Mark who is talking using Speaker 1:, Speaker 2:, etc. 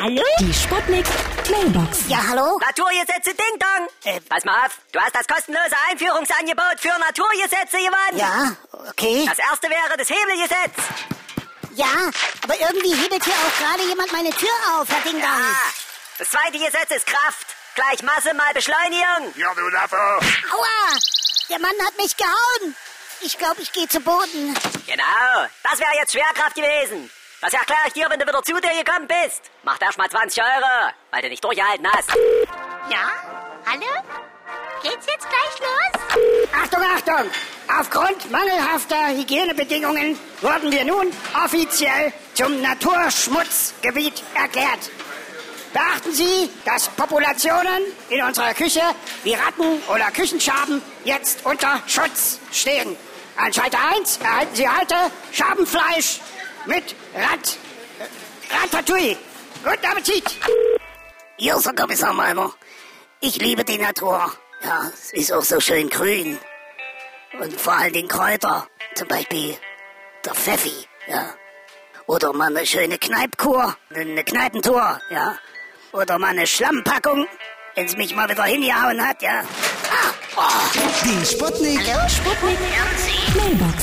Speaker 1: Hallo?
Speaker 2: Die Sputnik Mailbox.
Speaker 1: Ja, hallo?
Speaker 3: Naturgesetze Ding Dong!
Speaker 1: Äh.
Speaker 3: Pass mal auf, du hast das kostenlose Einführungsangebot für Naturgesetze gewonnen!
Speaker 1: Ja, okay.
Speaker 3: Das erste wäre das Hebelgesetz!
Speaker 1: Ja, aber irgendwie hebelt hier auch gerade jemand meine Tür auf, Herr Dingdong.
Speaker 3: Ah, das zweite Gesetz ist Kraft. Gleich Masse mal Beschleunigung.
Speaker 4: Ja, du Laffer.
Speaker 1: Aua! Der Mann hat mich gehauen. Ich glaube, ich gehe zu Boden.
Speaker 3: Genau, das wäre jetzt Schwerkraft gewesen. Das erkläre ich dir, wenn du wieder zu dir gekommen bist. Mach erst mal 20 Euro, weil du nicht durchgehalten hast.
Speaker 5: Ja? Hallo? Geht's jetzt gleich los?
Speaker 6: Achtung, Achtung! Aufgrund mangelhafter Hygienebedingungen wurden wir nun offiziell zum Naturschmutzgebiet erklärt. Beachten Sie, dass Populationen in unserer Küche wie Ratten oder Küchenschaben jetzt unter Schutz stehen. An Schalter 1 erhalten Sie heute Schabenfleisch mit Rat, äh, Ratatouille. Guten Appetit!
Speaker 7: Hier ist der Kommissar Malmer. Ich liebe die Natur. Ja, es ist auch so schön grün. Und vor allen Dingen Kräuter. Zum Beispiel der Pfeffi, ja. Oder mal eine schöne Kneipkur, eine Kneipentour, ja. Oder mal eine Schlammpackung, wenn's mich mal wieder hingehauen hat, ja.
Speaker 8: Die
Speaker 5: Sputnik.
Speaker 8: Sputnik.
Speaker 5: Sputnik.
Speaker 2: Mailbox.